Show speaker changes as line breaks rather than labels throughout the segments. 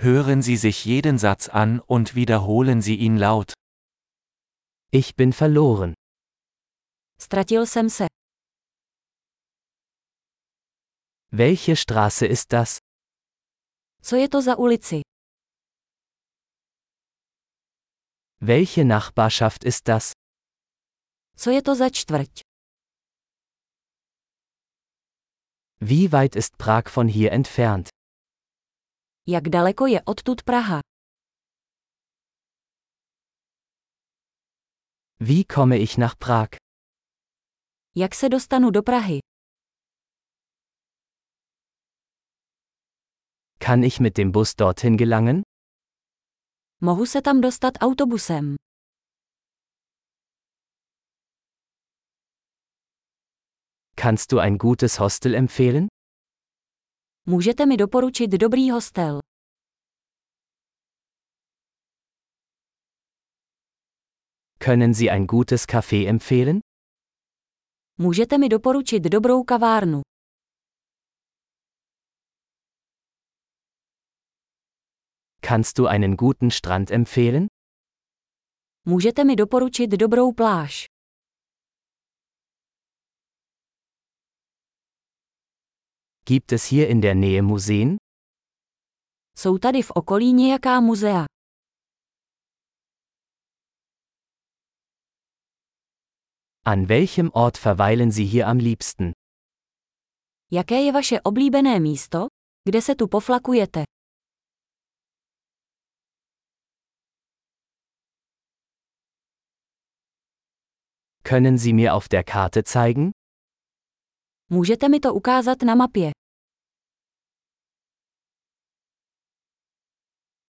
Hören Sie sich jeden Satz an und wiederholen Sie ihn laut.
Ich bin verloren.
Ztratil jsem se.
Welche Straße ist das?
Co je to za ulici?
Welche Nachbarschaft ist das?
Co je to za čtvrť?
Wie weit ist Prag von hier entfernt?
Jak daleko je odtud Praha?
Wie komme ich nach Prag?
Jak se dostanu do Prahy?
Kann ich mit dem Bus dorthin gelangen?
Mohu se tam dostat autobusem.
Kannst du ein gutes Hostel empfehlen?
Můžete mi doporučit dobrý hostel.
Können Sie ein gutes Café empfehlen?
Můžete mi doporučit dobrou kavárnu.
Kannst du einen guten Strand empfehlen?
Můžete mi doporučit dobrou pláž.
Gibt es hier in der Nähe Museen?
Jsou tady v okolí nějaká muzea.
An welchem Ort verweilen Sie hier am liebsten?
Jaké je vaše oblíbené místo, kde se tu poflakujete?
Können Sie mir auf der Karte zeigen?
Můžete mi to ukázat na mapě.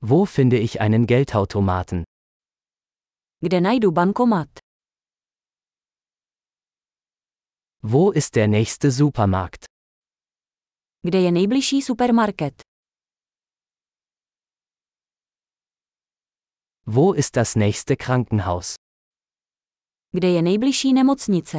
Wo finde ich einen Geldautomaten?
Kde najdu bankomat?
Wo ist der nächste Supermarkt?
Kde je nejbližší supermarket?
Wo ist das nächste Krankenhaus?
Kde je nejbližší nemocnice?